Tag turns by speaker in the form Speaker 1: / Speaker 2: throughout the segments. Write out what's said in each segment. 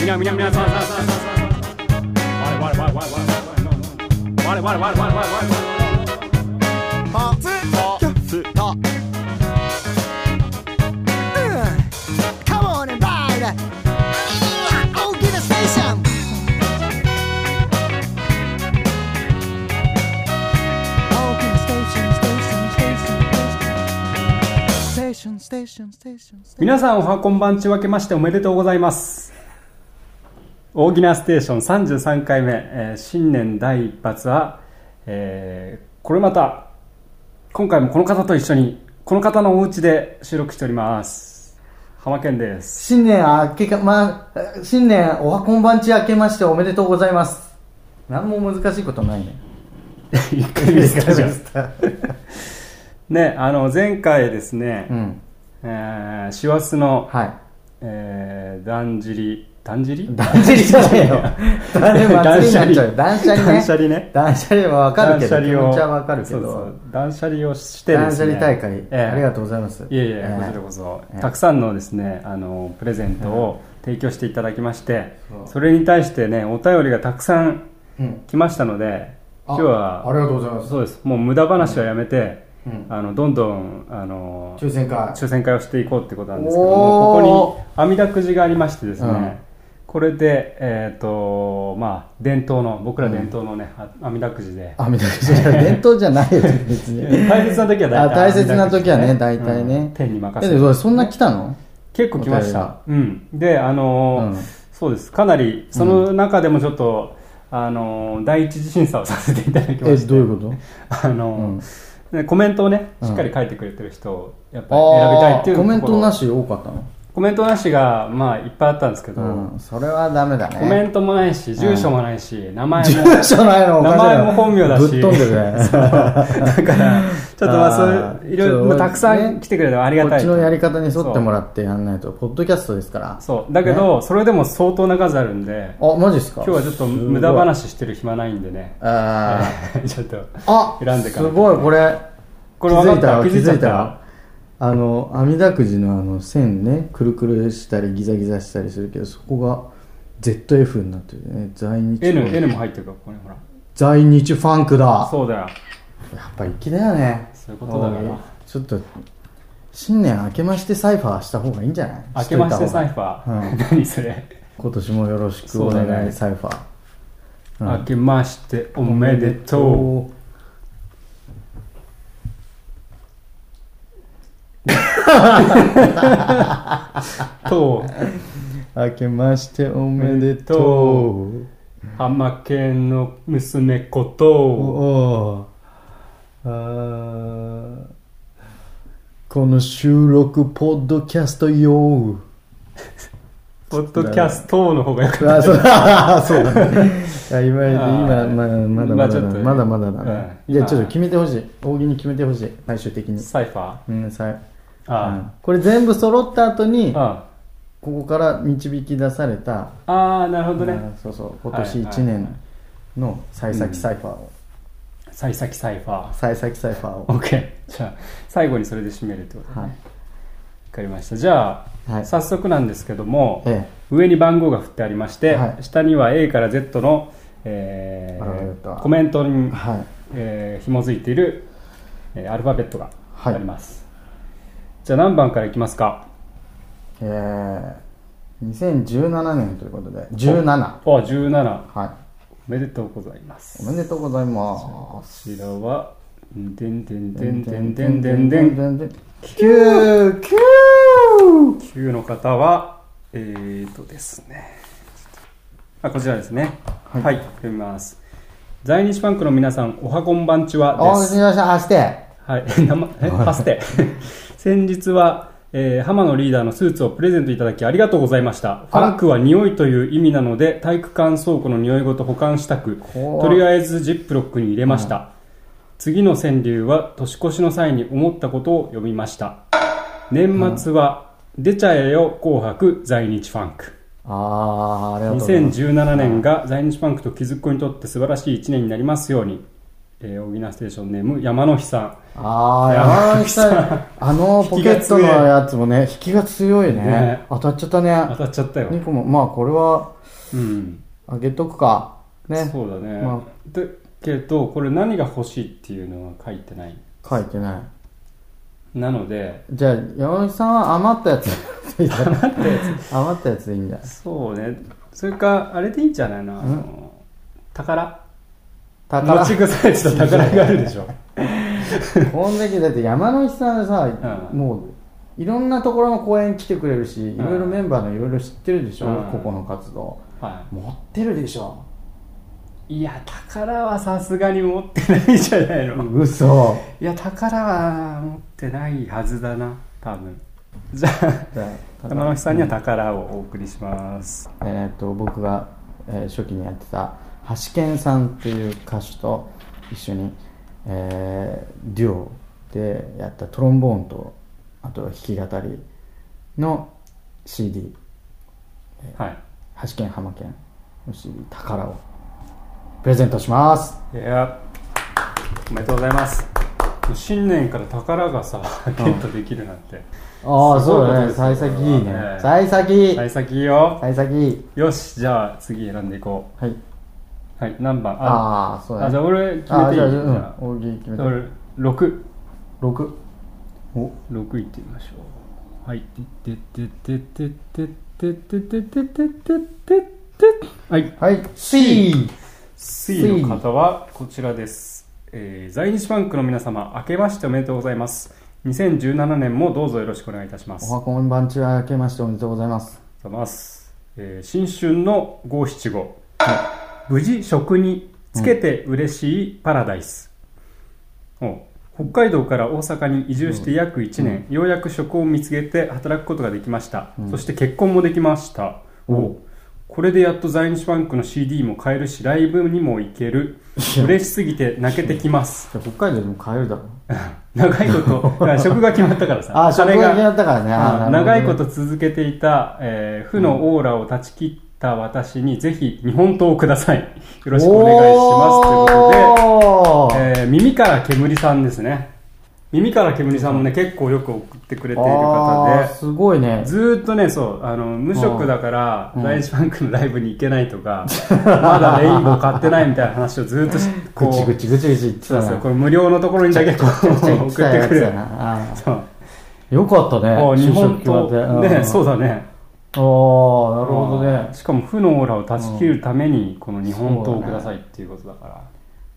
Speaker 1: 皆皆皆さんさんさんさんさん我我我我我我我我我我我我
Speaker 2: ポツポツとうんカモンバイ大きなステーション大きなステーションステーションステーションステーションステーションステーションステーション
Speaker 1: 皆さんおはこんばんちわけましておめでとうございます大喜なステーション33回目、えー新年第一発は、えーこれまた今回もこの方と一緒にこの方のお家で収録しております浜健 です
Speaker 3: 新年明けか、まあ、新年おはこんばんち明けましておめでとうございます。何も難しいことないね。
Speaker 1: 1回目ですかじゃあ
Speaker 3: た。
Speaker 1: ねあの前回ですね、
Speaker 3: うん。
Speaker 1: えー師走の、
Speaker 3: はい。
Speaker 1: えー、だんじりだんじり
Speaker 3: 断捨離じゃね えよ。断捨離になっちゃうよ。
Speaker 1: 断
Speaker 3: 断
Speaker 1: 捨
Speaker 3: 捨
Speaker 1: 離
Speaker 3: 離
Speaker 1: 断捨離ね
Speaker 3: ね。断捨離はわかるけ
Speaker 1: 断
Speaker 3: ど、気
Speaker 1: 捨離を
Speaker 3: 持ちはわかるけ
Speaker 1: そうそ
Speaker 3: ど
Speaker 1: う。断捨離をしてですね
Speaker 3: 断捨離大会、
Speaker 1: ええ
Speaker 3: ありがとうございます。
Speaker 1: いえいえ、
Speaker 3: え
Speaker 1: こちらこそ、
Speaker 3: ええ
Speaker 1: たくさんのですねあのプレゼントを提供していただきまして、
Speaker 3: そう
Speaker 1: それに対してねお便りがたくさん
Speaker 3: うん。
Speaker 1: 来ましたので今日
Speaker 3: あ
Speaker 1: は
Speaker 3: りがとうございます。
Speaker 1: そうですもう無駄話はやめて、
Speaker 3: うん
Speaker 1: あのどんどんあの
Speaker 3: 抽選会。
Speaker 1: 抽選会をしていこうってことなんですけども
Speaker 3: おー
Speaker 1: ここに網だくじがありましてですね、
Speaker 3: うん
Speaker 1: これで、えーとまあ、伝統の僕ら伝統のね、あ網だくじで
Speaker 3: あ、みたいな。伝統じゃないよ、別に。
Speaker 1: 大切な時は大体
Speaker 3: あ大切な時はね、大体
Speaker 1: うん
Speaker 3: ね。
Speaker 1: 天に任
Speaker 3: え
Speaker 1: せ
Speaker 3: で
Speaker 1: て
Speaker 3: もそんな来たの
Speaker 1: 結構来まし
Speaker 3: お
Speaker 1: た、うん、であのー
Speaker 3: うん
Speaker 1: そうですかなりその中でもちょっと、あのー第一次審査をさせていただきま
Speaker 3: え、
Speaker 1: して
Speaker 3: どういうこと
Speaker 1: あのーねコメントをねしっかり書いてくれてる人をやっぱり選びたいっていう
Speaker 3: あーコメン
Speaker 1: とこ
Speaker 3: ト
Speaker 1: ろ
Speaker 3: なし多かったの
Speaker 1: コメントなしがまあいっぱいあったんですけど、
Speaker 3: うん、それはダメだね。
Speaker 1: コメントもないし住所もないし、名前も
Speaker 3: 住所ないのおか
Speaker 1: 名
Speaker 3: しいな
Speaker 1: 前も本名だし
Speaker 3: ぶっ飛んでるね
Speaker 1: そうだからちょっとまあ
Speaker 3: あー
Speaker 1: そういういろいろ
Speaker 3: ちょっと
Speaker 1: まあたくさん来てくれてありがたい
Speaker 3: こっちのやり方に沿っても
Speaker 1: ら
Speaker 3: らってやんないと、ポッドキャストですから。
Speaker 1: そうそうだけど、それでも相当な数あるんで
Speaker 3: あ、マジですか
Speaker 1: 今日はちょっと無駄。話してる暇ないんでね
Speaker 3: すごいあ
Speaker 1: ちょっと
Speaker 3: ーあ、
Speaker 1: 選んでか
Speaker 3: す
Speaker 1: ら
Speaker 3: ごい、これ。
Speaker 1: これ分かった
Speaker 3: 気づ
Speaker 1: 気づ
Speaker 3: いた
Speaker 1: いた
Speaker 3: 気づいたあの、網だくじのあの線ね、くるくるしたりギザギザしたりするけど、そこが ZF になってるね。在日。
Speaker 1: N, N も入ってるからここにほら
Speaker 3: 在日ファンクだ。
Speaker 1: そうだよ
Speaker 3: やっぱ粋だよね
Speaker 1: そういうことだから
Speaker 3: おいちょっと新年明けましてサイファーした方がいいんじゃない
Speaker 1: 明けましてサイフ
Speaker 3: ー
Speaker 1: ァ
Speaker 3: う
Speaker 1: ー
Speaker 3: ん
Speaker 1: 何それ
Speaker 3: 今年もよろしく
Speaker 1: そ
Speaker 3: お
Speaker 1: うだね
Speaker 3: 願い、サイファーうん
Speaker 1: 明けましておめでとうと
Speaker 3: 明けましておめでとう
Speaker 1: 浜県の娘こ
Speaker 3: お
Speaker 1: と
Speaker 3: おあーこの収録ポッドキャスト用
Speaker 1: ポッドキャストの方がよかっ
Speaker 3: あそうそう だね。いや今、
Speaker 1: あ
Speaker 3: 今、
Speaker 1: ー
Speaker 3: まあ、まだ
Speaker 1: ま
Speaker 3: ま
Speaker 1: あち
Speaker 3: だ
Speaker 1: ょっ
Speaker 3: だ
Speaker 1: とね
Speaker 3: ね。まだまだだね。
Speaker 1: うん
Speaker 3: いや、ちょっと決めてほしい。大喜に決めてほしい。最終的
Speaker 1: た
Speaker 3: に。
Speaker 1: サイファー
Speaker 3: うん、さい。うん
Speaker 1: あ
Speaker 3: これ全部揃った後に、こ
Speaker 1: あ
Speaker 3: こから導き出された、
Speaker 1: ああなるほど
Speaker 3: う
Speaker 1: ね
Speaker 3: んそうそう、今
Speaker 1: はい
Speaker 3: 年1年の幸先サイファーを。
Speaker 1: 幸先サイファー
Speaker 3: 幸先サイファーを。
Speaker 1: OK じゃあ最後にそれで締めるってことね
Speaker 3: は
Speaker 1: わ
Speaker 3: い。
Speaker 1: かりましたじゃあ、
Speaker 3: はい
Speaker 1: 早速なんですけども、
Speaker 3: え
Speaker 1: 上に番号が振ってありまして、
Speaker 3: はい
Speaker 1: 下には A から Z の、えー
Speaker 3: アルファベットが
Speaker 1: コメントに、
Speaker 3: え。はい。
Speaker 1: えー紐づいている、えーアルファベットが
Speaker 3: は
Speaker 1: あ
Speaker 3: い
Speaker 1: ります、じゃあ何番からいきますか
Speaker 3: えー、2017年ということで、17。
Speaker 1: あ17
Speaker 3: はい。
Speaker 1: おめでとうございます
Speaker 3: おめでとうございます。
Speaker 1: こちらはでんでんでんでんでんでんでん
Speaker 3: キューキュー
Speaker 1: 9の方はえー、とですねあこちらですねはい、読みます在日バンクの皆さんおはこんばんちは
Speaker 3: お
Speaker 1: です
Speaker 3: すみません、あして。
Speaker 1: はい、 生えパステ 先日は、えー浜野リーダーのスーツをプレゼントいただきありがとうございましたフ
Speaker 3: あら
Speaker 1: ァンクは匂いという意味なので体育館倉庫の匂いごと保管したく
Speaker 3: 怖
Speaker 1: とりあえずジップロックに入れました、次の川柳は年越しの際に思ったことを読みました年末は「出ちゃえよ紅白在日ファンク」
Speaker 3: あー、ありがとうございます。
Speaker 1: 2017年が在日ファンクと気づっ子にとって素晴らしい1年になりますようにえー、大喜なステーションネーム山野日さん
Speaker 3: ああ、
Speaker 1: 山
Speaker 3: 山
Speaker 1: 口
Speaker 3: 口
Speaker 1: さん
Speaker 3: さん。あのポケットのやつもね、引きが強いね。
Speaker 1: ね
Speaker 3: 当たっちゃった
Speaker 1: 当
Speaker 3: ね。
Speaker 1: たっちゃったよ、
Speaker 3: 2個も、まあこれは、
Speaker 1: うん
Speaker 3: あげとくか。ね。
Speaker 1: そうだね、
Speaker 3: ま
Speaker 1: だけどこれ何が欲しいっていうのは書いてない
Speaker 3: 書いてな
Speaker 1: なので
Speaker 3: い。じゃあ、山口さんは余ったやつ。余ったやつ。余ったやつでいいんだ。
Speaker 1: そうねそれかあれでいいんじゃないのあ
Speaker 3: う
Speaker 1: の宝
Speaker 3: 宝。
Speaker 1: 持ち腐れてた宝があるでしょ
Speaker 3: こんだけだって山の日さんさ、
Speaker 1: うん
Speaker 3: もういろんなところの公演来てくれるし、い
Speaker 1: ん
Speaker 3: ろいろメンバーのいろいろ知ってるでしょ、
Speaker 1: うん
Speaker 3: ここの活動。
Speaker 1: は
Speaker 3: 持ってるでしょ。
Speaker 1: いいや宝はさすがに持ってないんじゃないの
Speaker 3: 嘘。
Speaker 1: いや宝は持ってないはずだな多分じゃあ
Speaker 3: じゃあ
Speaker 1: 山野日さんには宝をお送りします
Speaker 3: えー、と僕が、えー初期にやってた橋健さんっていう歌手と一緒に、えーデュオでやったトロンボーンとあと弾き語りの CD
Speaker 1: はい
Speaker 3: 橋健浜健の CD 宝をプレゼントします
Speaker 1: いやおめでとうございます新年から宝がさゲットできるなんて、
Speaker 3: ああ
Speaker 1: すごいうこ
Speaker 3: そ
Speaker 1: と
Speaker 3: だ
Speaker 1: で
Speaker 3: ね
Speaker 1: すよ
Speaker 3: 幸先いいね
Speaker 1: ね
Speaker 3: 幸先
Speaker 1: 幸先いいよ
Speaker 3: 幸先
Speaker 1: よしじゃあ次選んでいこ
Speaker 3: はいう
Speaker 1: はい何番あ
Speaker 3: ああそう
Speaker 1: あ
Speaker 3: だ
Speaker 1: じゃ
Speaker 3: ね
Speaker 1: あ俺決
Speaker 3: あ
Speaker 1: め
Speaker 3: あ
Speaker 1: ていい
Speaker 3: じ
Speaker 1: じ
Speaker 3: ゃ
Speaker 1: ゃ
Speaker 3: あじゃあ
Speaker 1: あ
Speaker 3: うん大喜利決めて
Speaker 1: 俺6
Speaker 3: 6お
Speaker 1: 六いってみましょうはいてててててててててててててはい
Speaker 3: はい、C!
Speaker 1: C の方はこちらです、えー在日バンクの皆様明けましておめでとうございます2017年もどうぞよろしくお願いいたします
Speaker 3: おはこんばんちは明けましておめでとうございま
Speaker 1: あり
Speaker 3: す。
Speaker 1: がとうございます、えー新春の五七五無事食につけて嬉しいパラダイス、お北海道から大阪に移住して約1年、ようやく職を見つけて働くことができました、
Speaker 3: ん
Speaker 1: そして結婚もできました、
Speaker 3: お
Speaker 1: おこれでやっと在日バンクの CD も買えるしライブにも行ける
Speaker 3: や
Speaker 1: 嬉しすぎて泣けてきます
Speaker 3: じゃあ北海道でも買えるだろ。
Speaker 1: 長いこと 職が決まったからさ
Speaker 3: あ、食
Speaker 1: 金
Speaker 3: 品
Speaker 1: が
Speaker 3: やったからね。あー
Speaker 1: 長いこ。と続けていた、えー負のオーラを断ち切った私にぜひ日本刀をくださいよろしくお願いしますということ
Speaker 3: い
Speaker 1: で、えー耳から煙さんですね耳から煙さんもね結構よく送ってくれている方です
Speaker 3: ごいね。
Speaker 1: ずーっとねそうあの無職だから
Speaker 3: うん
Speaker 1: 第一バンクのライブに行けないとかまだレインボー買ってないみたいな話をずーっとし
Speaker 3: ぐ
Speaker 1: こう
Speaker 3: ちぐちぐちぐち言って
Speaker 1: そう
Speaker 3: た
Speaker 1: そう
Speaker 3: な。
Speaker 1: これ無料のところにだけこう
Speaker 3: ぐちぐち
Speaker 1: 送
Speaker 3: 言
Speaker 1: っ
Speaker 3: っててたや
Speaker 1: く
Speaker 3: つ
Speaker 1: れ
Speaker 3: や
Speaker 1: る
Speaker 3: な。あー
Speaker 1: そう
Speaker 3: よかったね。
Speaker 1: あ日本
Speaker 3: 決まって。
Speaker 1: 刀ねそう
Speaker 3: だ。
Speaker 1: だね
Speaker 3: あーなるほどね。
Speaker 1: しかも負のオーラを断ち切るためにこの日本刀をくださいっていうことだから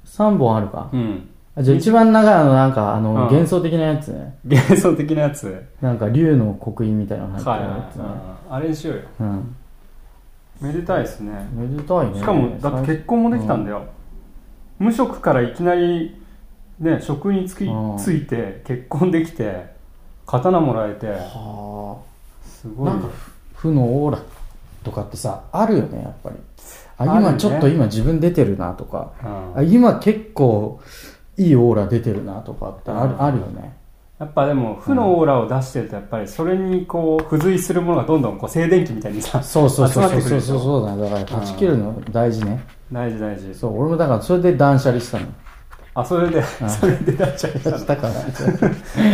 Speaker 3: 3本あるか
Speaker 1: う。ん
Speaker 3: あじゃあ一番長いのなんか、あの、
Speaker 1: うん
Speaker 3: 幻想的なやつね。
Speaker 1: 幻想的なやつはい
Speaker 3: なんか竜の刻印みたいなの入ってるやつね。
Speaker 1: あれにしようよ
Speaker 3: うん。
Speaker 1: めでたいですね
Speaker 3: めでたいね。
Speaker 1: しかもだって結婚もできたんだよ無職からいきなりね職につき
Speaker 3: うん
Speaker 1: ついて結婚できて刀もらえて
Speaker 3: はあ。
Speaker 1: すごい
Speaker 3: なんか負のオーラとかってさあるよねやっぱりあ
Speaker 1: あるよ
Speaker 3: 今
Speaker 1: ね
Speaker 3: ちょっと今自分出てるなとか
Speaker 1: うん
Speaker 3: あ今結構いいオーラ出てるなとかってあ
Speaker 1: う
Speaker 3: る,、
Speaker 1: ん
Speaker 3: あるよね
Speaker 1: やっぱでも負のオーラを出してるとやっぱりそれにこう付随するものがどんどんこう静電気みたいにさ
Speaker 3: そうそうそ
Speaker 1: 集ま
Speaker 3: うそ
Speaker 1: っ
Speaker 3: う
Speaker 1: てくる
Speaker 3: そ
Speaker 1: で
Speaker 3: う
Speaker 1: し
Speaker 3: そ
Speaker 1: ょ
Speaker 3: うそうだねだから断ち切るの大事ね
Speaker 1: 大事大事
Speaker 3: そう俺もだからそれで断捨離した の
Speaker 1: あそれでそれで出しちゃいました
Speaker 3: したから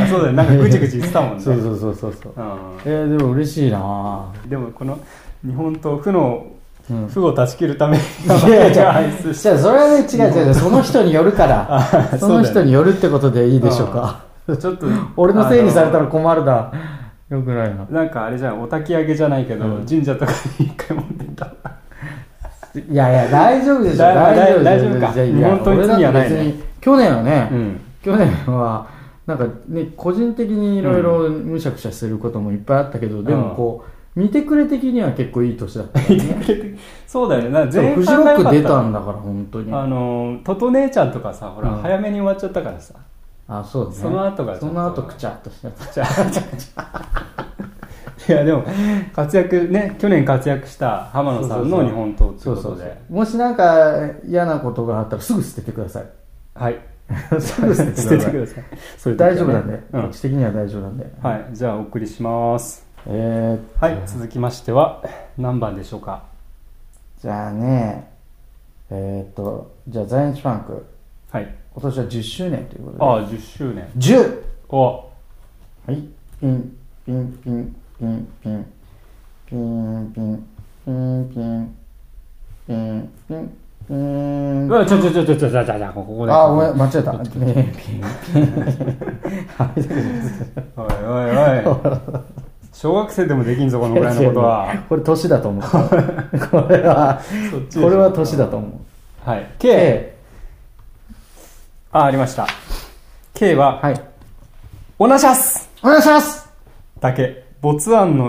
Speaker 1: あそうだよなんかぐちぐち言ってたもんね
Speaker 3: そうそうそうそうそう
Speaker 1: うん
Speaker 3: えー、でも嬉しいな
Speaker 1: でもこの日本と負の
Speaker 3: うん
Speaker 1: 負を断ち切るために
Speaker 3: いやいや
Speaker 1: 愛する
Speaker 3: じゃあそれはね違う違う違うその人によるか
Speaker 1: あ
Speaker 3: らそ
Speaker 1: そうだよ
Speaker 3: の
Speaker 1: ね
Speaker 3: 人によるってことでいいでしょうか
Speaker 1: ちょっと
Speaker 3: 俺のせいにされたら困るなよくないな
Speaker 1: あのなんかあれじゃんお焚き上げじゃないけど、
Speaker 3: うん
Speaker 1: 神社とかに一回持ってった
Speaker 3: いやいや大丈夫でしょ
Speaker 1: だだ
Speaker 3: 大
Speaker 1: 大
Speaker 3: 丈
Speaker 1: 丈
Speaker 3: 夫
Speaker 1: 夫か
Speaker 3: じゃあいや
Speaker 1: 本当に罪はないね
Speaker 3: 俺だって別に去年はね、
Speaker 1: ん
Speaker 3: 去年はなんかね個人的にいろいろむしゃくしゃすることもいっぱいあったけど、でもこう見てくれ的には結構いい年だっ たからね
Speaker 1: そうだよねなんか
Speaker 3: でも
Speaker 1: 前
Speaker 3: フジ
Speaker 1: 半
Speaker 3: ロ
Speaker 1: が
Speaker 3: ッ
Speaker 1: 良か
Speaker 3: ク
Speaker 1: っ
Speaker 3: 出
Speaker 1: た
Speaker 3: たんだから本当に
Speaker 1: あ
Speaker 3: あ
Speaker 1: のトト姉ちゃんとかさほら、
Speaker 3: うん
Speaker 1: 早めに終わっちゃったからさ
Speaker 3: そうだね
Speaker 1: その後がちょっと
Speaker 3: その後くちゃっとしちゃった
Speaker 1: じゃあいやでも活躍ね去年活躍した浜野さんの日本刀と
Speaker 3: そ
Speaker 1: いううこ
Speaker 3: そ
Speaker 1: と
Speaker 3: うそ
Speaker 1: で
Speaker 3: うもしなんか嫌なことがあったらすぐ捨ててく ださい
Speaker 1: はい
Speaker 3: すぐ捨 て
Speaker 1: 捨
Speaker 3: てくださ
Speaker 1: て
Speaker 3: い
Speaker 1: てください。それ
Speaker 3: 大丈夫なんで、
Speaker 1: う
Speaker 3: こ
Speaker 1: ん
Speaker 3: っち的には大丈夫なんで、
Speaker 1: はい、じゃあお送りします。
Speaker 3: えー、
Speaker 1: はい、続きましては何番でしょうか。
Speaker 3: じゃあね、えーっと、じゃあ、在日ファンク、
Speaker 1: はい、
Speaker 3: 今年は10周年ということで
Speaker 1: ああ10周年
Speaker 3: 10!
Speaker 1: お
Speaker 3: はい、ピン、ピン、ピン、ピン、ピン、ピン、ピン、ピン、ピン、ピン、ピン、ピ
Speaker 1: う
Speaker 3: ン。
Speaker 1: わちょちょちょちょちょちょちょここで
Speaker 3: あ、ご
Speaker 1: おい
Speaker 3: めん、間違えた。ピン、ピン、ピン、
Speaker 1: おいおい小学生でもできんぞこのぐらいのこと は
Speaker 3: これ年だと思った。これは、
Speaker 1: そっちでしょ
Speaker 3: これは年だと思う。
Speaker 1: はい K あありました K は
Speaker 3: はい。
Speaker 1: オナシャス
Speaker 3: お願いします
Speaker 1: だけ没案の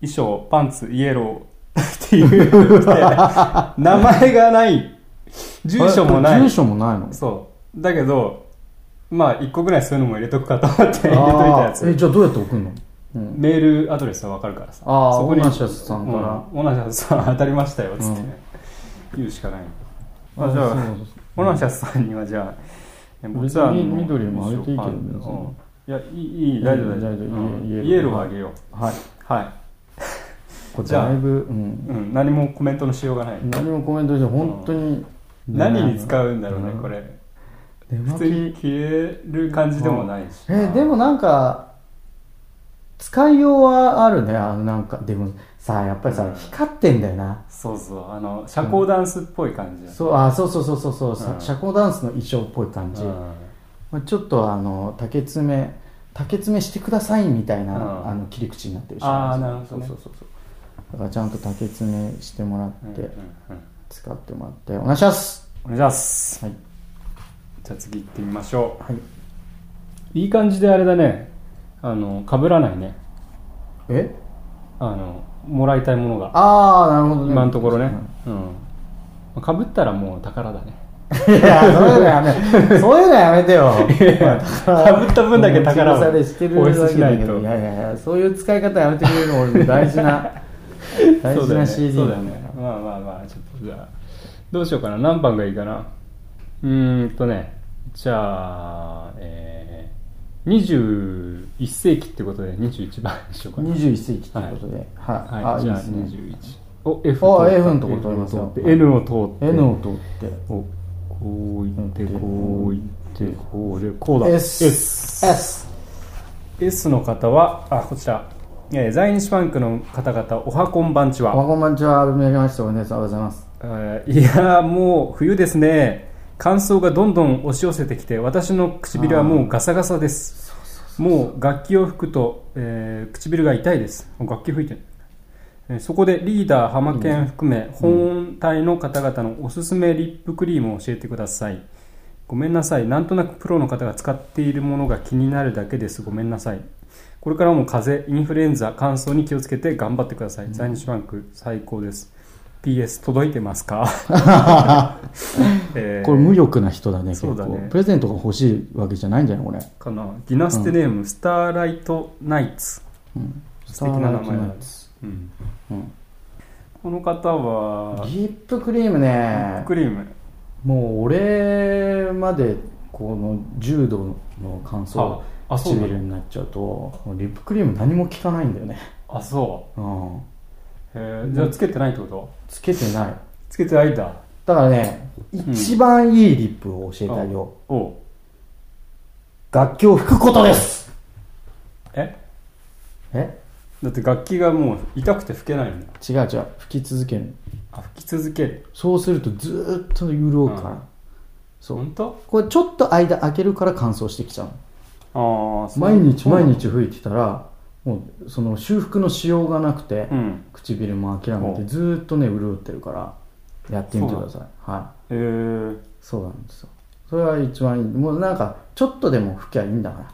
Speaker 1: 衣装パンツイエローっていう 名前がない住所もない
Speaker 3: 住所もないの
Speaker 1: そうだけどまあ一個ぐらいそういうのも入れとくかと思って入れといたや
Speaker 3: あーえ、
Speaker 1: つ
Speaker 3: じゃあどうやって送るのうん
Speaker 1: メールアドレスはわかるからさ
Speaker 3: ああ、
Speaker 1: そこ
Speaker 3: オ
Speaker 1: に
Speaker 3: ナシャスさんから。
Speaker 1: うんオナシャスさん当たりましたよっつって、
Speaker 3: うん
Speaker 1: 言うしかないあじゃあ
Speaker 3: そうそう
Speaker 1: オナシャスさんにはじゃあ、
Speaker 3: に
Speaker 1: ツアーの
Speaker 3: 緑もあげていいけどね
Speaker 1: うんいや、いい、いい、大丈夫、
Speaker 3: い
Speaker 1: 大
Speaker 3: い
Speaker 1: 丈
Speaker 3: 大
Speaker 1: 夫
Speaker 3: 丈夫。
Speaker 1: うん
Speaker 3: イエロー
Speaker 1: イエローはあげよ
Speaker 3: そうはい。
Speaker 1: う。はい。
Speaker 3: これ
Speaker 1: じゃあ
Speaker 3: だいぶ、う
Speaker 1: う
Speaker 3: ん。
Speaker 1: ん、何もコメントのしようがない。
Speaker 3: 何もコメントして本当に
Speaker 1: 何に使うんだろうね、
Speaker 3: うん
Speaker 1: これ。
Speaker 3: 出
Speaker 1: 普
Speaker 3: 巻
Speaker 1: 通に
Speaker 3: き
Speaker 1: 消える感じでもないし。
Speaker 3: えでもなんか使いようはあるねあのなんかでもさやっぱりさ、
Speaker 1: うん
Speaker 3: 光ってんだよな
Speaker 1: そうそう、あの、社交ダンスっぽい感じだね
Speaker 3: そうあそうそうそうそうそう、さ
Speaker 1: うん
Speaker 3: 社交ダンスの衣装っぽい感じ、
Speaker 1: うん
Speaker 3: まあ、ちょっとあの竹爪竹爪してくださいみたい
Speaker 1: う
Speaker 3: な、
Speaker 1: ん
Speaker 3: あの切り口になってるし
Speaker 1: あーなるほどね
Speaker 3: そうそうそうそうだからちゃんと竹爪してもら
Speaker 1: うん
Speaker 3: っ
Speaker 1: うんう
Speaker 3: て
Speaker 1: ん
Speaker 3: 使ってもらって、お願いします
Speaker 1: お願いします。
Speaker 3: はい
Speaker 1: じゃあ次行ってみましょ
Speaker 3: はい、
Speaker 1: う。いい感じであれだね、あの、被らないね。
Speaker 3: え
Speaker 1: あの、もらいたいものが。
Speaker 3: ああなるほどね
Speaker 1: 今のところね
Speaker 3: うん、
Speaker 1: うん、かぶったらもう宝だね
Speaker 3: いや、そういうのや め、そういうのやめてよ。
Speaker 1: かぶった分だけ宝を
Speaker 3: されしてる
Speaker 1: 放
Speaker 3: わ
Speaker 1: 出
Speaker 3: け
Speaker 1: しな
Speaker 3: だ
Speaker 1: い
Speaker 3: けど、
Speaker 1: と
Speaker 3: いやいやいや、そういう使い方やめてくれるの、俺も大事な、大
Speaker 1: そうだ
Speaker 3: 事
Speaker 1: よね
Speaker 3: な CD
Speaker 1: そうだよ
Speaker 3: なんだか。
Speaker 1: ねまあまあまあちょっとじゃあどうしようかな何番がいいかなうーんとねじゃあえー、21世紀ってことで21番にしようからな
Speaker 3: 21世紀ということで、はい。
Speaker 1: はい、
Speaker 3: あ、い
Speaker 1: じ
Speaker 3: い
Speaker 1: ゃ
Speaker 3: で
Speaker 1: あ
Speaker 3: すね。
Speaker 1: 21お F
Speaker 3: あ
Speaker 1: 通った
Speaker 3: F のとこ通りますよ
Speaker 1: F 通って N を通って
Speaker 3: N を通って、
Speaker 1: おこういってこういってこうでこうだ
Speaker 3: S、S。
Speaker 1: S の方は、あ、こちら、えー在日ファンクの方々、おはこんばんち
Speaker 3: おは
Speaker 1: は。
Speaker 3: こんばんちは、めげまして、おめでとうございます。
Speaker 1: えーいやー、もう冬ですね。乾燥がどんどん押し寄せてきて、私の唇はもうガサガサです。もう楽器を吹くと、えー唇が痛いです。楽器吹いてる。えーそこでリーダー、ハマケン含め、本体の方々のおすすめリップクリームを教えてください。ごめんなさい。なんとなくプロの方が使っているものが気になるだけです。ごめんなさい。これからも風邪、インフルエンザ、乾燥に気をつけて頑張ってください。在日バンク、最高です。PS、届いてます か、えー
Speaker 3: これ、無欲な人だね、結
Speaker 1: そうだね
Speaker 3: 構。プレゼントが欲しいわけじゃないんじゃないこれ。
Speaker 1: かな。ギナステネーム、スターライトナイツ。
Speaker 3: うん
Speaker 1: 素敵な名前だね
Speaker 3: ス
Speaker 1: うん
Speaker 3: ターライトナイツ
Speaker 1: この方は
Speaker 3: うん、リップクリームね。
Speaker 1: クリーム。
Speaker 3: もう俺までこの重度の乾燥
Speaker 1: ああそうなの
Speaker 3: 唇になっちゃうともうリップクリーム何も効かないんだよね、
Speaker 1: あ、そ
Speaker 3: うん、
Speaker 1: う。えーじゃあ、つけてないってこと
Speaker 3: つけてない
Speaker 1: つけてないんだ。
Speaker 3: だからね一番いいリップを教えてあげよう、
Speaker 1: おう
Speaker 3: 楽器を吹くことです
Speaker 1: え
Speaker 3: え
Speaker 1: だって楽器がもう痛くて吹けないんだ。
Speaker 3: 違う違う吹き続ける
Speaker 1: あ、吹き続ける。
Speaker 3: そうするとずーっと潤うから、
Speaker 1: うん
Speaker 3: そう
Speaker 1: 本当
Speaker 3: これちょっと間空けるから乾燥してきちゃうの
Speaker 1: ああ、そう
Speaker 3: 毎日毎。日吹いてたらもうその修復のしようがなくて、
Speaker 1: うん。
Speaker 3: 唇も諦め
Speaker 1: ほ
Speaker 3: て
Speaker 1: う
Speaker 3: ずーっとね潤ってるからやってみてくださいは
Speaker 1: え
Speaker 3: い
Speaker 1: ー、
Speaker 3: そうなんですよそれは一番いいもうなんかちょっとでも吹きゃいいんだか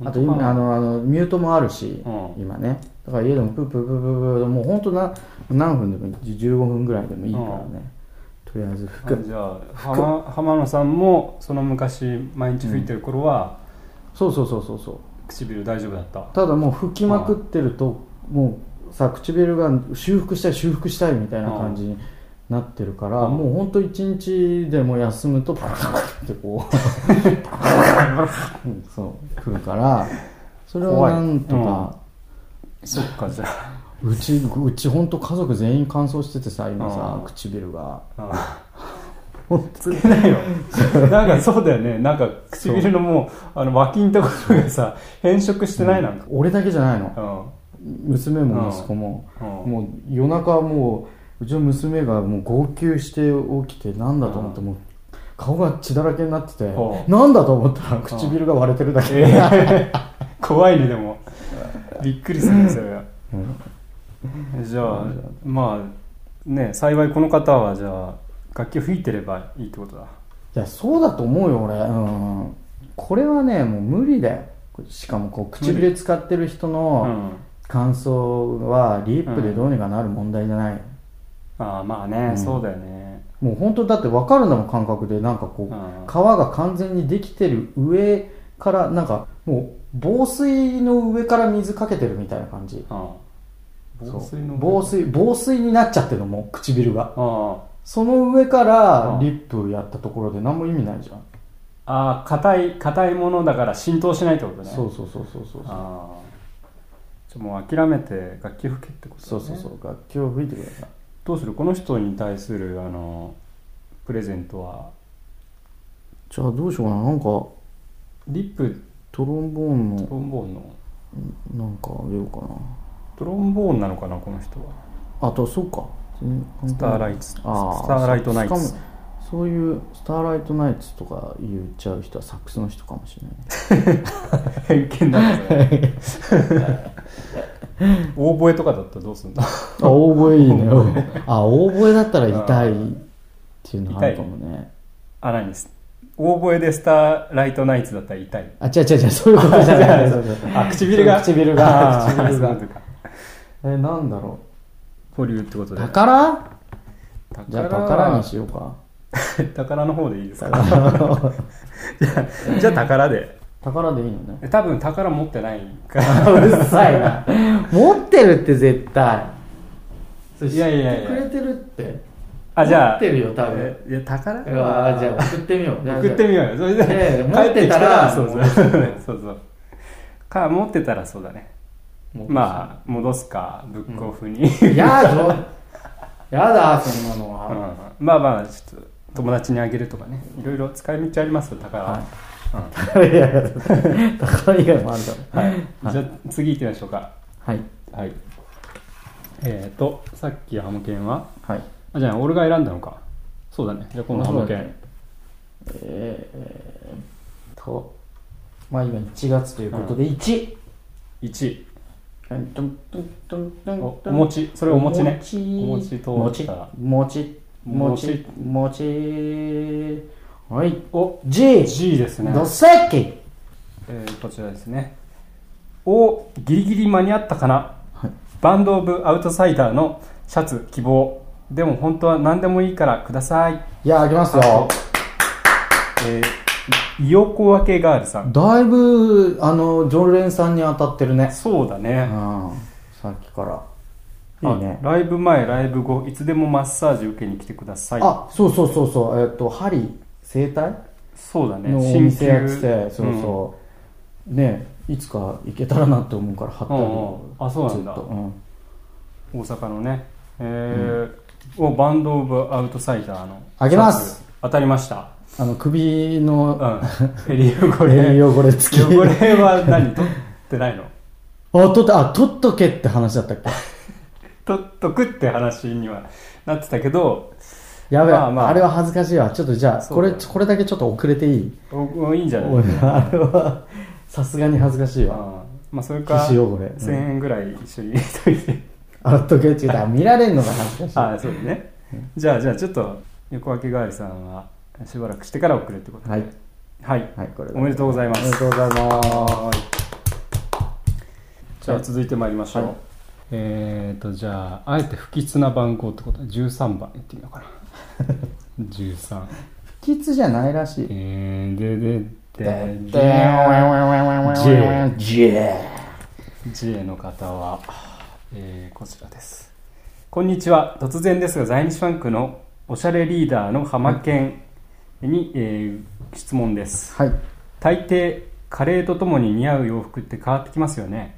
Speaker 3: らあと
Speaker 1: 本当か
Speaker 3: 今
Speaker 1: な
Speaker 3: あのあのミュートもあるし、
Speaker 1: うん
Speaker 3: 今ねだから家でもプープープープープーもう本当な何分でもいい15分ぐらいでもいいからね、とりあえず吹
Speaker 1: あ
Speaker 3: く
Speaker 1: じゃあ浜浜野さんもその昔毎日吹いてる頃は、
Speaker 3: そうそうそうそうそう
Speaker 1: 唇大丈夫だった
Speaker 3: ただもう吹きまくってると、もうさ唇が修復したい修復したいみたいな感じになってるから、
Speaker 1: うん
Speaker 3: もうほんと一日でも休むとパカパカってこ ううんそうくるからそれを
Speaker 1: 怖い
Speaker 3: なんとか、
Speaker 1: そっかじゃあ
Speaker 3: うちうちほんと家族全員乾燥しててさ今さ、
Speaker 1: うん
Speaker 3: 唇が
Speaker 1: あ
Speaker 3: 本
Speaker 1: つれない よなんかそうだよねなんか唇のもうあの脇のところがさ変色してないなんか
Speaker 3: 俺だけじゃないの
Speaker 1: うん、
Speaker 3: 娘も息子も、
Speaker 1: うん
Speaker 3: もう夜中もううちの娘がもう号泣して起きてなんだと思って、もう顔が血だらけになってて、
Speaker 1: う
Speaker 3: なんだと思ったら唇が割れてるだけ、
Speaker 1: え ー怖いねでもびっくりするんですよ
Speaker 3: うん
Speaker 1: じゃあまあね幸いこの方はじゃあ楽器を吹いてればいいってことだ
Speaker 3: いやそうだと思うよ俺、うん、これはねもう無理だよしかもこう唇使ってる人
Speaker 1: う
Speaker 3: の
Speaker 1: ん
Speaker 3: 感想はリップでどうにかなる問題じゃない、
Speaker 1: ああまあね、
Speaker 3: うん
Speaker 1: そうだよね
Speaker 3: もう本当だって分かるんだもん感覚でなんかこ
Speaker 1: う
Speaker 3: う、
Speaker 1: ん
Speaker 3: 皮が完全にできてる上からなんかもう防水の上から水かけてるみたいな感じ
Speaker 1: うん防水の
Speaker 3: そう防水防水になっちゃってるのもう唇が
Speaker 1: あ
Speaker 3: その上か
Speaker 1: う
Speaker 3: ら
Speaker 1: ん
Speaker 3: リップやったところで何も意味ないじゃん、
Speaker 1: ああ硬い硬いものだから浸透しないってことね
Speaker 3: そうそうそうそうそうそう
Speaker 1: ああじゃあもう諦めて楽器を吹けってことだ
Speaker 3: そう
Speaker 1: ね
Speaker 3: そうそう楽器を吹いてください
Speaker 1: どうするこの人に対するあのプレゼントは
Speaker 3: じゃあどうしようかななんか
Speaker 1: リップ
Speaker 3: トロンボーン
Speaker 1: トロ
Speaker 3: の
Speaker 1: ンボーンの
Speaker 3: なんかあげようか
Speaker 1: トロンボーンなのかなこの人は
Speaker 3: なあとそうか
Speaker 1: スターライツスタ
Speaker 3: あー
Speaker 1: ーライトナイツ
Speaker 3: そうしかもそういうスターライトナイツとか言っちゃう人はサックスの人かもしれない
Speaker 1: 偏見だなそれ 大声とかだったらどうすんだ
Speaker 3: あ大声いいねあ大声だったら痛いっていうのあるかもね
Speaker 1: あ何です大声でスターライトナイツだったら痛い
Speaker 3: あ違う違う違うそういうことじゃない
Speaker 1: あ唇が
Speaker 3: 唇が
Speaker 1: あー
Speaker 3: 唇
Speaker 1: そうい
Speaker 3: が
Speaker 1: うことか
Speaker 3: えなんだろ
Speaker 1: 保留ってこと
Speaker 3: う
Speaker 1: で
Speaker 3: 宝
Speaker 1: 宝
Speaker 3: じゃあ宝にしようか
Speaker 1: 宝の方でいいですかじゃあじゃあ宝で
Speaker 3: 宝でいいのね
Speaker 1: 多分宝持ってないから
Speaker 3: うるさいな持ってるって絶対
Speaker 1: いやいやいや
Speaker 3: 知ってくれてるって
Speaker 1: あじゃあ
Speaker 3: 持ってるよ多分
Speaker 1: えいや宝
Speaker 3: うわーじゃあ送ってみようじゃあ
Speaker 1: 送ってみようよそれで
Speaker 3: ねえ
Speaker 1: 帰ってきたらそ
Speaker 3: 持
Speaker 1: う
Speaker 3: って
Speaker 1: そ
Speaker 3: た
Speaker 1: う
Speaker 3: ら
Speaker 1: そうそうか持ってたらそうだね
Speaker 3: もう
Speaker 1: まあ戻すかブックオフに、うん
Speaker 3: やだやだそんなのは、
Speaker 1: まあまあちょっと友達にあげるとかねいろいろ使い道ありますよ宝は、
Speaker 3: はい
Speaker 1: うん
Speaker 3: いやいや宝以外もあるだろ
Speaker 1: はい、じゃあ次行ってみましょうか
Speaker 3: はい
Speaker 1: はいえっ、ー、とさっきハムケンは
Speaker 3: はい
Speaker 1: あじゃあ俺が選んだのかそうだねじゃあ今度ハムケ
Speaker 3: そうだ
Speaker 1: ン
Speaker 3: ねえー、とまあ今1月ということで1、
Speaker 1: 1
Speaker 3: うん、トントントントン
Speaker 1: お
Speaker 3: ト
Speaker 1: お
Speaker 3: ン
Speaker 1: 餅それお餅ね
Speaker 3: お
Speaker 1: お
Speaker 3: 餅
Speaker 1: 餅と
Speaker 3: 餅餅餅餅はいお G!
Speaker 1: G ですね
Speaker 3: どっせっけ
Speaker 1: えーこちらですねおギリギリ間に合ったかな、バンド・オブ・アウトサイダーのシャツ希望でも本当は何でもいいからください、
Speaker 3: いやあげますよ
Speaker 1: えー、いよこわけガールさん
Speaker 3: だいぶあの常連さんに当たってるね
Speaker 1: そうだ
Speaker 3: うん
Speaker 1: ね、
Speaker 3: さっきからいいね
Speaker 1: あライブ前ライブ後いつでもマッサージ受けに来てください
Speaker 3: あそうそうそうそうえっ、と針整体
Speaker 1: そうだね
Speaker 3: のお店やっててそううんそう、ねいつか行けたらなって思うから貼ったり
Speaker 1: うんうんあそうなんだ
Speaker 3: ずっとうん
Speaker 1: 大阪のね、えーをバンド・オブ・アウトサイダーの
Speaker 3: あげま
Speaker 1: シャ
Speaker 3: す
Speaker 1: ツ当たりました
Speaker 3: あの首
Speaker 1: う
Speaker 3: の
Speaker 1: ん襟汚 れ
Speaker 3: 栄汚れ付き
Speaker 1: 汚れは何取ってないの
Speaker 3: あ取ったあ取っとけって話だったっけ
Speaker 1: 取っとくって話にはなってたけど
Speaker 3: やべえ、
Speaker 1: まあまあ
Speaker 3: あれは恥ずかしいわちょっとじゃあ
Speaker 1: そ
Speaker 3: こ
Speaker 1: うだ
Speaker 3: れ
Speaker 1: ね
Speaker 3: これだけちょっと遅れていい
Speaker 1: おおいいん じゃない、
Speaker 3: おいあれはさすがに恥ずかしいわ
Speaker 1: あまあ、それか
Speaker 3: 皮脂汚れ、う
Speaker 1: 1000
Speaker 3: ん、
Speaker 1: 円ぐらい一緒にといて
Speaker 3: 洗っとけって言ったら見られんのが恥ずかしい
Speaker 1: ああそうだねじゃあじゃあちょっと横分け代わりさんはしばらくしてから送るってことで
Speaker 3: はい、
Speaker 1: はい、
Speaker 3: はい、これ
Speaker 1: おめでとうございま
Speaker 3: おめですとうございます
Speaker 1: じゃあ続いてまいりましょう、
Speaker 3: はい
Speaker 1: えーとじゃああえて不吉な番号ってことで13番いってみようかな 13
Speaker 3: 不吉じゃないらしい
Speaker 1: えーでででで J の方は、えーこちらですこんにちは突然ですが在日ファンクのおしゃれリーダーの浜県に、えー質問です
Speaker 3: はい
Speaker 1: 大抵カレーとともに似合う洋 服って変わってきますよね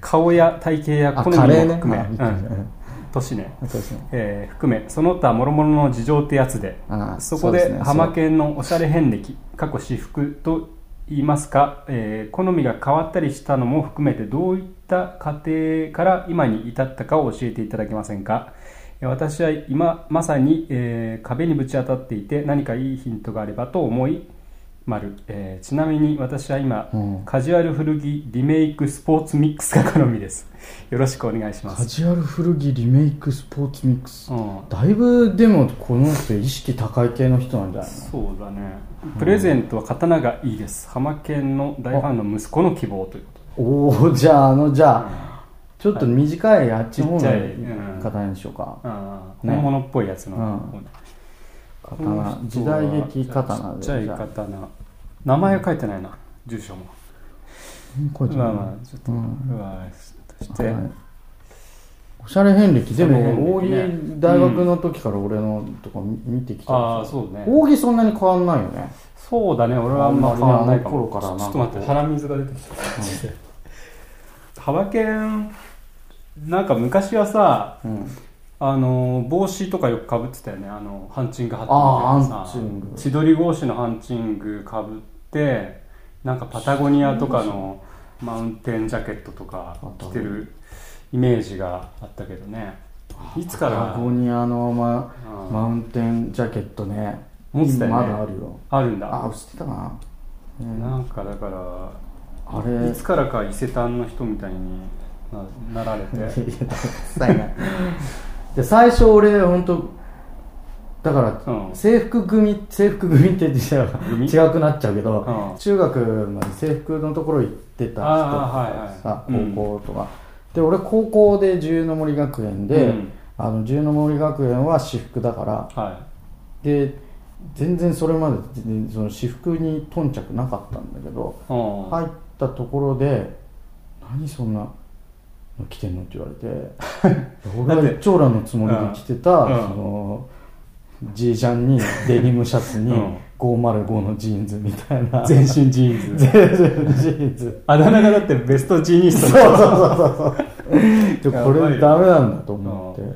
Speaker 1: 顔や体型や
Speaker 3: あ
Speaker 1: 好み
Speaker 3: カレー
Speaker 1: も
Speaker 3: ね
Speaker 1: 含め、
Speaker 3: あびっく
Speaker 1: う
Speaker 3: り
Speaker 1: ん
Speaker 3: した
Speaker 1: 年ね、
Speaker 3: そうですね
Speaker 1: えー含めその他諸々の事情ってやつで
Speaker 3: あー
Speaker 1: そこ
Speaker 3: うす
Speaker 1: で
Speaker 3: ね
Speaker 1: 浜県のおしゃれ遍歴過去私服と言いますか、えー好みが変わったりしたのも含めてどういった過程から今に至ったかを教えていただけませんかえー私は今まさに、えー壁にぶち当たっていて何かいいヒントがあればと思い丸、えーちなみに私は今、
Speaker 3: うん
Speaker 1: カジュアル古着リメイクスポーツミックスが好みですよろしくお願いしま
Speaker 3: カ
Speaker 1: す、
Speaker 3: ジュアル古着リメイクスポーツミックス、
Speaker 1: うん、
Speaker 3: だいぶでもこの人意識高い系の人なんじゃない
Speaker 1: そうだねプレゼントは刀がいいです浜県の大ファンの息子の希望というこ
Speaker 3: のおおじゃああのじゃあ、ちょっと短いあっちの方
Speaker 1: ちっちゃいうん
Speaker 3: の方にしようか、
Speaker 1: とああ
Speaker 3: ね
Speaker 1: 本物っぽいやつの、
Speaker 3: う
Speaker 1: この人は
Speaker 3: 刀時代劇刀で
Speaker 1: ちっちゃい
Speaker 3: じゃあ
Speaker 1: 刀名前は書いてないな住所も
Speaker 3: うんこれじゃ
Speaker 1: ま
Speaker 3: な
Speaker 1: あ
Speaker 3: い
Speaker 1: まあちょっと、
Speaker 3: う
Speaker 1: うんわそして、
Speaker 3: はいおしゃれ遍歴で
Speaker 1: おしゃれ遍
Speaker 3: も
Speaker 1: 歴ね
Speaker 3: 大木大学の時から俺のとか見見てきた
Speaker 1: ああ
Speaker 3: う
Speaker 1: そうね
Speaker 3: 大木そんなに変わんないよ ね
Speaker 1: そうだね俺はあんま変わらないか
Speaker 3: あ
Speaker 1: も
Speaker 3: の頃からなん
Speaker 1: ち
Speaker 3: か
Speaker 1: ょっと待って鼻水が出てきたマジで浜県なんか昔はさ
Speaker 3: うん
Speaker 1: あの帽子とかよくかぶってたよねあのハンチングハット
Speaker 3: ああ
Speaker 1: みたいな
Speaker 3: ハンチング
Speaker 1: 千鳥格子のハンチングかぶってなんかパタゴニアとかのマウンテンジャケットとか着てるイメージがあったけどねいつか
Speaker 3: パタ
Speaker 1: ら
Speaker 3: ゴニアのマ
Speaker 1: うん
Speaker 3: マウンテンジャケットね
Speaker 1: 持ってたよね
Speaker 3: まだあるよ
Speaker 1: あるん
Speaker 3: あ
Speaker 1: だ
Speaker 3: あ知ってたかな、うん
Speaker 1: なんかだから
Speaker 3: あ
Speaker 1: い
Speaker 3: れ
Speaker 1: つからか伊勢丹の人みたいにななられて
Speaker 3: いやダサいなで最初俺本当だか
Speaker 1: うん
Speaker 3: ら制服組制服組って言ってたら
Speaker 1: 組
Speaker 3: 違くなっちゃうけど、
Speaker 1: うん
Speaker 3: 中学まで制服のところ行ってた人とかさ
Speaker 1: あーはいはい
Speaker 3: 高校とか、で俺高校で十の森学園で、
Speaker 1: うん
Speaker 3: あの十の森学園は私服だから
Speaker 1: は
Speaker 3: で全然それまで全然その私服に頓着なかったんだけど、
Speaker 1: い、うん
Speaker 3: 入ったところで「何そんなの着てんの?」って言わ れて俺は一長羅のつもりで着てた、
Speaker 1: うん
Speaker 3: そのジージャンにデニムシャツに
Speaker 1: うん
Speaker 3: 505のジーンズみたいな
Speaker 1: 全身ジーンズ
Speaker 3: 全身ジーンズ
Speaker 1: あだ名がだってベストジーニ
Speaker 3: そう
Speaker 1: スト
Speaker 3: そうそうそうで
Speaker 1: や
Speaker 3: こ
Speaker 1: ばいよ
Speaker 3: れダメなんだと思って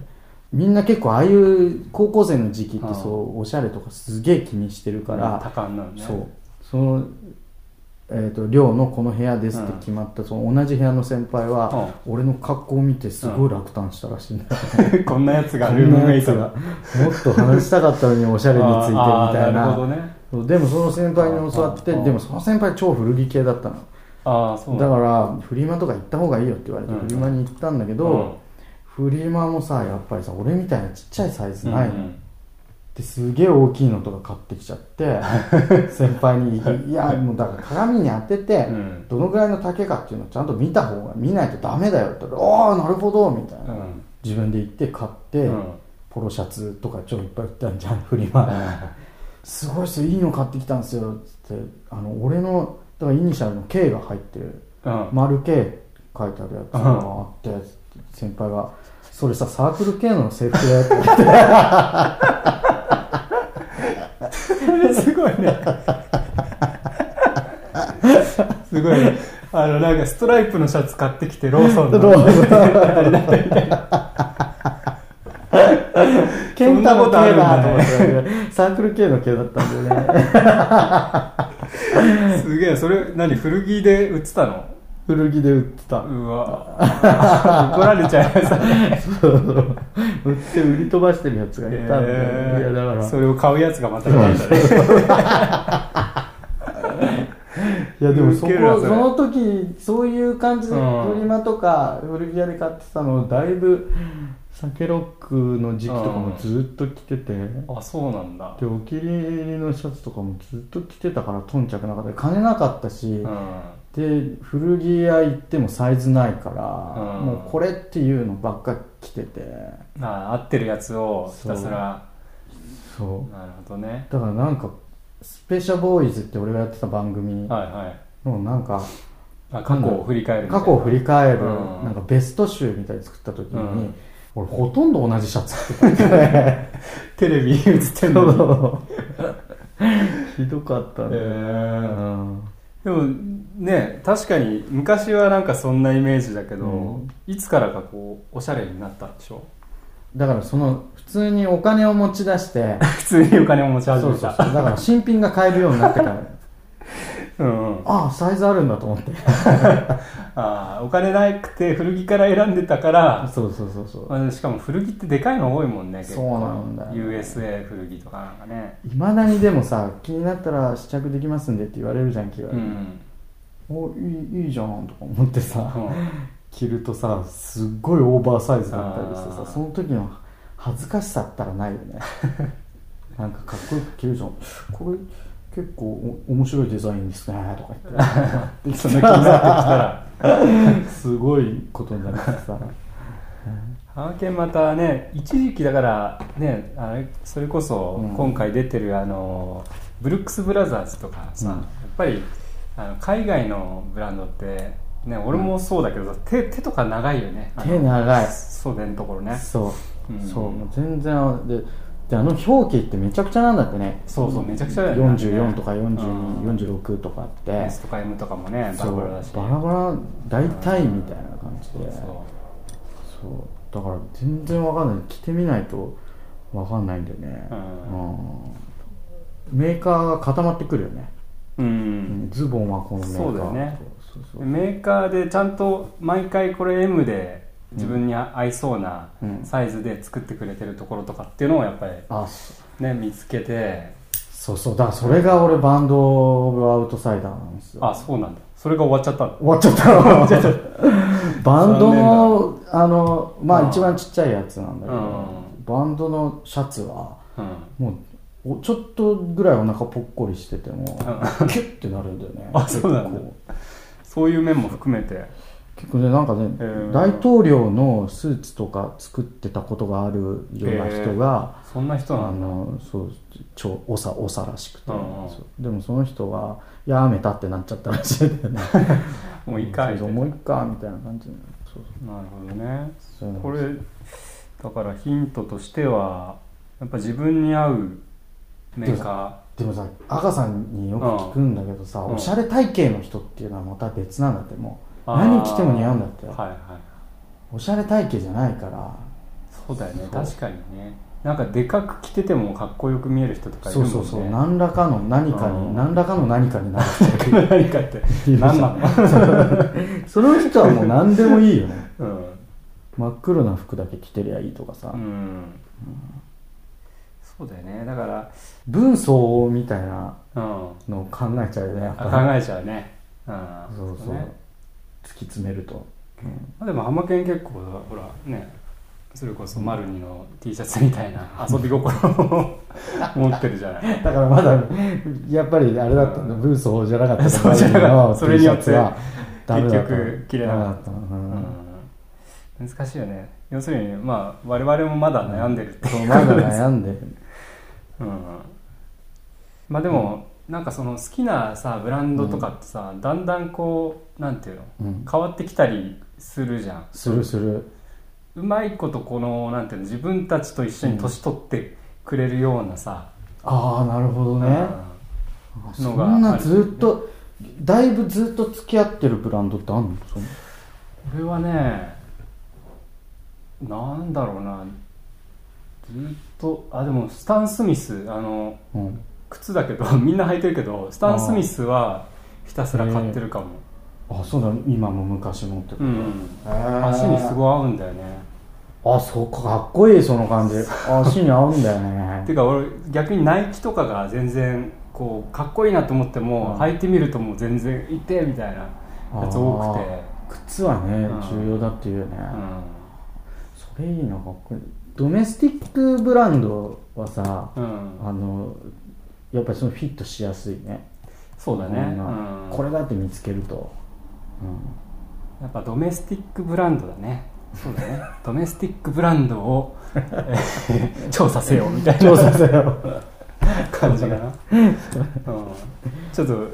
Speaker 3: みんな結構ああいう高校生の時期ってそうおしゃれとかすげえ気にしてるから、
Speaker 1: 多感なのね
Speaker 3: そうその、えー、と寮のこの部屋ですって決まった、その同じ部屋の先輩は、俺の格好を見てすごい落胆したらしいんだ、
Speaker 1: こんなやつが
Speaker 3: こ
Speaker 1: ルー
Speaker 3: ん
Speaker 1: ム
Speaker 3: な
Speaker 1: メ
Speaker 3: や
Speaker 1: イ
Speaker 3: つ
Speaker 1: ト
Speaker 3: が
Speaker 1: が
Speaker 3: もっと話したかったのにおしゃれについてみ
Speaker 1: あー
Speaker 3: たい
Speaker 1: なる
Speaker 3: な
Speaker 1: ほどね
Speaker 3: そうでもその先輩に教わって
Speaker 1: あーあー
Speaker 3: でもその先輩超古着系だったの
Speaker 1: ああそう
Speaker 3: だ
Speaker 1: ら
Speaker 3: からフリマとか行った方がいいよって言われて、
Speaker 1: うん
Speaker 3: フリマに行ったんだけど、フリマもさやっぱりさ俺みたいなちっちゃいサイズないの、ですげえ大きいのとか買ってきちゃって 先輩に「いやもうだから鏡に当てて、
Speaker 1: うん
Speaker 3: どのぐらいの丈かっていうのをちゃんと見た方が見ないとダメだよ」って言ったら「ああなるほど」みたいな、
Speaker 1: うん
Speaker 3: 自分で行って買って、
Speaker 1: うん
Speaker 3: ポロシャツとかちょいっぱい売ったんじゃんフリマですごいっすよいいの買ってきたんですよ」っつってあの俺のだからイニシャルの K が入ってる
Speaker 1: うん
Speaker 3: 丸 K 書いてあるやつがあって先輩が「それさサークル K の制服だよ」って言って
Speaker 1: すごいね。すごいね。あの、なんかストライプのシャツ買ってきて、ローソンの。
Speaker 3: ローソン
Speaker 1: あれなんだみたいな
Speaker 3: ケンタの系だと思っ
Speaker 1: そ
Speaker 3: て、サークル系の系だったんだよ ね。
Speaker 1: すげえ、それ、何、古着で売ってたの
Speaker 3: 古着で売ってた。
Speaker 1: うわ。 怒られちゃいましたね。
Speaker 3: そう売って売り飛ばしてるやつが いたんだよね。
Speaker 1: えー
Speaker 3: いや、だから。
Speaker 1: それを買うやつがまたなんだね。
Speaker 3: いや、でもそこ、
Speaker 1: ウケ
Speaker 3: そ
Speaker 1: るなそれ
Speaker 3: の時、そういう感じで、
Speaker 1: うん
Speaker 3: フリマとか古着屋で買ってたのを、だいぶ、サケロックの時期とかもずっと着てて、
Speaker 1: あ、そうなんだ。
Speaker 3: で、お気に入りのシャツとかもずっと着てたから、頓着なかった。金なかったし、
Speaker 1: うん。
Speaker 3: で古着屋行ってもサイズないから、
Speaker 1: うん
Speaker 3: もうこれっていうのばっか着てて
Speaker 1: あ合ってるやつをひたすら。
Speaker 3: そ
Speaker 1: なるほどね。
Speaker 3: うだからなんかスペシャボーイズって俺がやってた番組
Speaker 1: はいはい。
Speaker 3: のなんか
Speaker 1: あ過去を振り返るみたい
Speaker 3: 過
Speaker 1: な
Speaker 3: 去を振り返る
Speaker 1: うん
Speaker 3: なんかベスト集みたいに作った時に、
Speaker 1: うん
Speaker 3: 俺ほとんど同じシャツ着てたんだよね
Speaker 1: テレビ映ってんのに
Speaker 3: ひどかった
Speaker 1: え
Speaker 3: ね、う
Speaker 1: ー
Speaker 3: ん
Speaker 1: でもね確かに昔はなんかそんなイメージだけど、
Speaker 3: うん
Speaker 1: いつからかこうおしゃれになったんでしょ
Speaker 3: だからその普通にお金を持ち出して
Speaker 1: 普通にお金を持ち
Speaker 3: そう
Speaker 1: 始
Speaker 3: そう
Speaker 1: め
Speaker 3: そうだ
Speaker 1: た
Speaker 3: から新品が買えるようになってから
Speaker 1: うんうん
Speaker 3: ああサイズあるんだと思って
Speaker 1: あーお金なくて古着から選んでたから
Speaker 3: そうそうそうそう
Speaker 1: まあしかも古着ってでかいの多いもんね結構
Speaker 3: そうなんだよ
Speaker 1: USA 古着とかなんかね
Speaker 3: いまだにでもさ気になったら試着できますんでって言われるじゃん気が、
Speaker 1: うん
Speaker 3: おいいいいじゃんとか思ってさ、
Speaker 1: うん
Speaker 3: 着るとさすっごいオーバーサイズだったりして
Speaker 1: あ
Speaker 3: さ
Speaker 1: ー
Speaker 3: その時の恥ずかしさったらないよ ねなんかかっこよく着るじゃんこれ結構お面白いデザインですねとか言って
Speaker 1: そんな気になってきたら
Speaker 3: すごいことになってさ
Speaker 1: ハーケンまたね一時期だからねあれそれこそ
Speaker 3: うん
Speaker 1: 今回出てるあのブルックス・ブラザーズとかさ、
Speaker 3: うん
Speaker 1: やっぱりあの海外のブランドってね俺もそうだけど、手手とか長いよねあの
Speaker 3: 手長い
Speaker 1: 袖のところね
Speaker 3: そう、
Speaker 1: うん
Speaker 3: そうもう全然でであの表記ってめちゃくちゃなんだってね
Speaker 1: そうそうめちゃくちゃだよね
Speaker 3: 44とか
Speaker 1: うん
Speaker 3: 4246とかって、
Speaker 1: S とか M とかもねバ
Speaker 3: そ
Speaker 1: ラ
Speaker 3: う
Speaker 1: バラだし
Speaker 3: バラバラ大体みたいな感じで
Speaker 1: そ
Speaker 3: そうだから全然わかんない着てみないとわかんないんだよね
Speaker 1: う
Speaker 3: うんメーカーが固まってくるよね、
Speaker 1: うう
Speaker 3: うんんズボンはこのメーカー
Speaker 1: そうだよね
Speaker 3: そうそう
Speaker 1: でメーカーでちゃんと毎回これ M で自分に合いそうな
Speaker 3: うん
Speaker 1: サイズで作ってくれてるところとかっていうのをやっぱり
Speaker 3: あそ
Speaker 1: ね見つけて
Speaker 3: そうそうだからそれが俺バンド・オブ・アウトサイダーなんですよ
Speaker 1: あそうなんだそれが終わっちゃったの
Speaker 3: 終わっちゃった バンドのあのま
Speaker 1: うん
Speaker 3: あ一番ちっちゃいやつなんだけど、
Speaker 1: うん
Speaker 3: バンドのシャツは
Speaker 1: うん
Speaker 3: もうおちょっとぐらいお腹ぽっこりしてても、キュッてなるんだよ ね
Speaker 1: あそうなんだ
Speaker 3: 結構
Speaker 1: そういう面も含めて
Speaker 3: 結構ねなんかね、
Speaker 1: へー
Speaker 3: 大統領のスーツとか作ってたことがあるような人が、
Speaker 1: そんな人な
Speaker 3: あ
Speaker 1: んだ
Speaker 3: のそう超おさおさらしくて、
Speaker 1: うんうん
Speaker 3: そうでもその人はやめたってなっちゃったらしいんだよね
Speaker 1: もう一回
Speaker 3: そうそうもう一回みたいな感じになるそう
Speaker 1: なるほどね
Speaker 3: そうそう
Speaker 1: これだからヒントとしてはやっぱ自分に合うメーカ
Speaker 3: でもさ赤さんによく聞くんだけどさ、
Speaker 1: うん
Speaker 3: おしゃれ体型の人っていうのはまた別なんだってもう
Speaker 1: あー
Speaker 3: 何着ても似合うんだって
Speaker 1: ーはいはい
Speaker 3: おしゃれ体型じゃないから
Speaker 1: そうだよね
Speaker 3: そう
Speaker 1: 確かにねなんかでかく着ててもかっこよく見える人とかいる
Speaker 3: そ
Speaker 1: もん
Speaker 3: う
Speaker 1: ね
Speaker 3: そうそう何らかの何か
Speaker 1: うん
Speaker 3: に何らかの何かになる人がいる
Speaker 1: 何かって
Speaker 3: いるじゃん
Speaker 1: 何なの
Speaker 3: その人はもう何でもいいよね
Speaker 1: うん、
Speaker 3: 真っ黒な服だけ着てりゃいいとかさ、
Speaker 1: うん、そうだよねだから、
Speaker 3: 分相応みたいな
Speaker 1: うん、
Speaker 3: のを考えちゃうよねやっ
Speaker 1: あ
Speaker 3: ぱ
Speaker 1: 考えちゃうね、うん、
Speaker 3: そうそう、
Speaker 1: ね
Speaker 3: 突き詰めると、
Speaker 1: まあ、でも浜県結構ほらねそれこそマルニの T シャツみたいな遊び心を 持ってるじゃない
Speaker 3: だからまだやっぱりあれだったの分相応じゃなかった
Speaker 1: そうじゃなかったそれによって
Speaker 3: シャツはダメだった
Speaker 1: 結局着れなかった
Speaker 3: ダメだ
Speaker 1: う
Speaker 3: のうん
Speaker 1: ん、難しいよね要するにまあ我々もまだ悩んでるって
Speaker 3: そう
Speaker 1: いう
Speaker 3: ま
Speaker 1: こと
Speaker 3: だ
Speaker 1: です
Speaker 3: 悩んでる
Speaker 1: うんまあでも、なんかその好きなさブランドとかってさ、だんだんこうなんていうの
Speaker 3: うん
Speaker 1: 変わってきたりするじゃん
Speaker 3: するする
Speaker 1: うまいことこのなんていうの自分たちと一緒に年取ってくれるようなさ、
Speaker 3: ああなるほどね、あそ
Speaker 1: のが
Speaker 3: んなずっとだいぶずっと付き合ってるブランドってあんのその
Speaker 1: これはねなんだろうなずっとあでもスタン・スミスあの
Speaker 3: うん、
Speaker 1: 靴だけど みんな履いてるけどスタン・スミスはひたすら買ってるかも、
Speaker 3: あそうだ今も昔もってこと、
Speaker 1: うん
Speaker 3: へー
Speaker 1: 足にすごい合うんだよね
Speaker 3: あそうかかっこいいそ の感じ足に合うんだよね
Speaker 1: ていうか俺逆にナイキとかが全然こうかっこいいなと思っても、
Speaker 3: うん
Speaker 1: 履いてみるともう全然痛えみたいな やつ多くて
Speaker 3: 靴はね、
Speaker 1: うん
Speaker 3: 重要だっていうよね、
Speaker 1: うん
Speaker 3: それいいなかっこいいドメスティックブランドはさ、
Speaker 1: うん
Speaker 3: あのやっぱりそのフィットしやすいね
Speaker 1: そうだね、う
Speaker 3: こんなんこれだって見つけると、うん
Speaker 1: やっぱドメスティックブランドだねそうだねドメスティックブランド を、えー調査せよみたい
Speaker 3: 調
Speaker 1: な
Speaker 3: 査せよ
Speaker 1: 感じかな、うん、ちょっと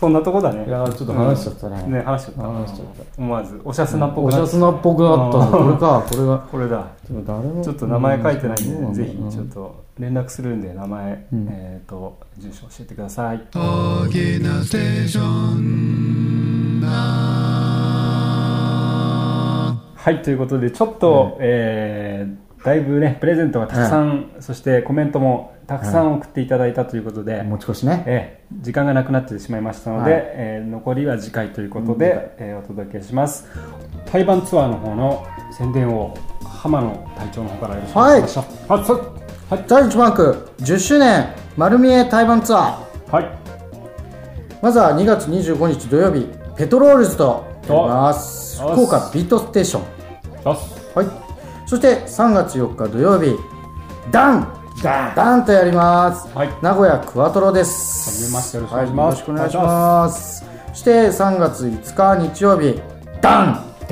Speaker 1: そんなとこだね
Speaker 3: いやーちょっと話しちゃったね
Speaker 1: うんね話しちゃった
Speaker 3: 話しちゃった
Speaker 1: 思わずおしゃすなっぽ
Speaker 3: お
Speaker 1: く
Speaker 3: し
Speaker 1: な
Speaker 3: ゃ
Speaker 1: っち
Speaker 3: す
Speaker 1: ゃた
Speaker 3: なっぽくなったこれかこれが
Speaker 1: これだ
Speaker 3: でも誰も
Speaker 1: ちょっと名前書いてない
Speaker 3: うんん
Speaker 1: で、ぜひちょっと連絡するんで、名前、
Speaker 3: うん
Speaker 1: えっ、と、住所教えてください。はい、ということで、ちょっと、えーだいぶねプレゼントがたくさん、そしてコメントもたくさん送っていただいたということで、
Speaker 3: 持ち越しね
Speaker 1: ええ時間がなくなってしまいましたので、
Speaker 3: はい
Speaker 1: えー残りは次回ということ
Speaker 3: うん次回
Speaker 1: で、えーお届けします台湾ツアーの方の宣伝を浜野隊長の方からよろしくお願いしますはいそうはい
Speaker 3: 第1マーク10周年丸見え台湾ツアー
Speaker 1: はい
Speaker 3: まずは2月25日土曜日ペトロールズとやります
Speaker 1: お
Speaker 3: 福岡ビートステーション
Speaker 1: よし
Speaker 3: はいそして3月4日土曜日ダン
Speaker 1: ダン
Speaker 3: ダンとやります、
Speaker 1: はい
Speaker 3: 名古屋クワトロです
Speaker 1: はじめましてよろしくお
Speaker 3: は
Speaker 1: 願いし
Speaker 3: いよ
Speaker 1: ます
Speaker 3: ろしくお願いしますそして3月5日日曜日ダン大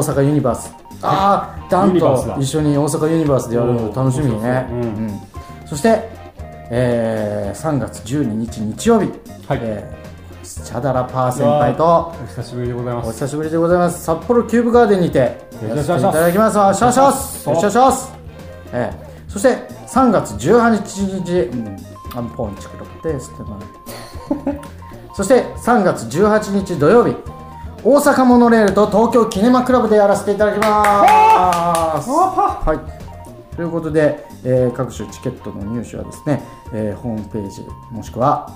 Speaker 3: 阪ユニバースああダ
Speaker 1: ユ
Speaker 3: ン
Speaker 1: ニバースだ
Speaker 3: と一緒に大阪ユニバースでやる
Speaker 1: お
Speaker 3: の
Speaker 1: ー
Speaker 3: 楽しみ
Speaker 1: そ
Speaker 3: ね
Speaker 1: うそうそううん
Speaker 3: うんそして、えー3月12日日曜日、
Speaker 1: はい
Speaker 3: えースチャダラパー先輩と
Speaker 1: お久しぶりでございま
Speaker 3: お
Speaker 1: す
Speaker 3: 久しぶりでございます札幌キューブガーデンにてや
Speaker 1: よ
Speaker 3: ら
Speaker 1: ろし
Speaker 3: せ
Speaker 1: く
Speaker 3: て
Speaker 1: お願い
Speaker 3: い
Speaker 1: します
Speaker 3: ただきますよろしくお願いします
Speaker 1: そう
Speaker 3: よろしくお願いしますええそして3月18日うんアンポンチクロプテステマル そして3月18日土曜日大阪モノレールと東京キネマクラブでやらせていただきますはいということで、えー各種チケットの入手はですね、えーホームページもしくは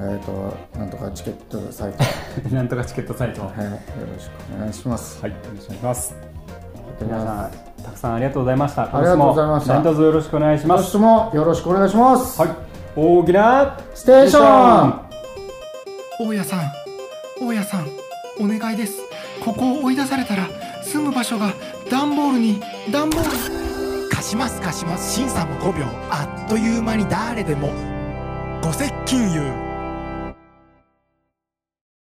Speaker 3: えー、となんとかチケットサイ ト、は
Speaker 1: なんとかチケットサイトはい
Speaker 3: い、よろしくお願いします。
Speaker 1: よろしくお願いします皆
Speaker 3: 皆
Speaker 1: さんたくさんありがとうございました
Speaker 3: ありがとうございました
Speaker 1: 今年も何卒よろしくお願いしま
Speaker 3: 今
Speaker 1: す
Speaker 3: 年もよろしくお願いします、
Speaker 1: はい大きな
Speaker 3: ステーション
Speaker 4: 大家さん大家さんお願いですここを追い出されたら住む場所が段ボールに段ボール貸します貸します審査も5秒あっという間に誰でもご接近言う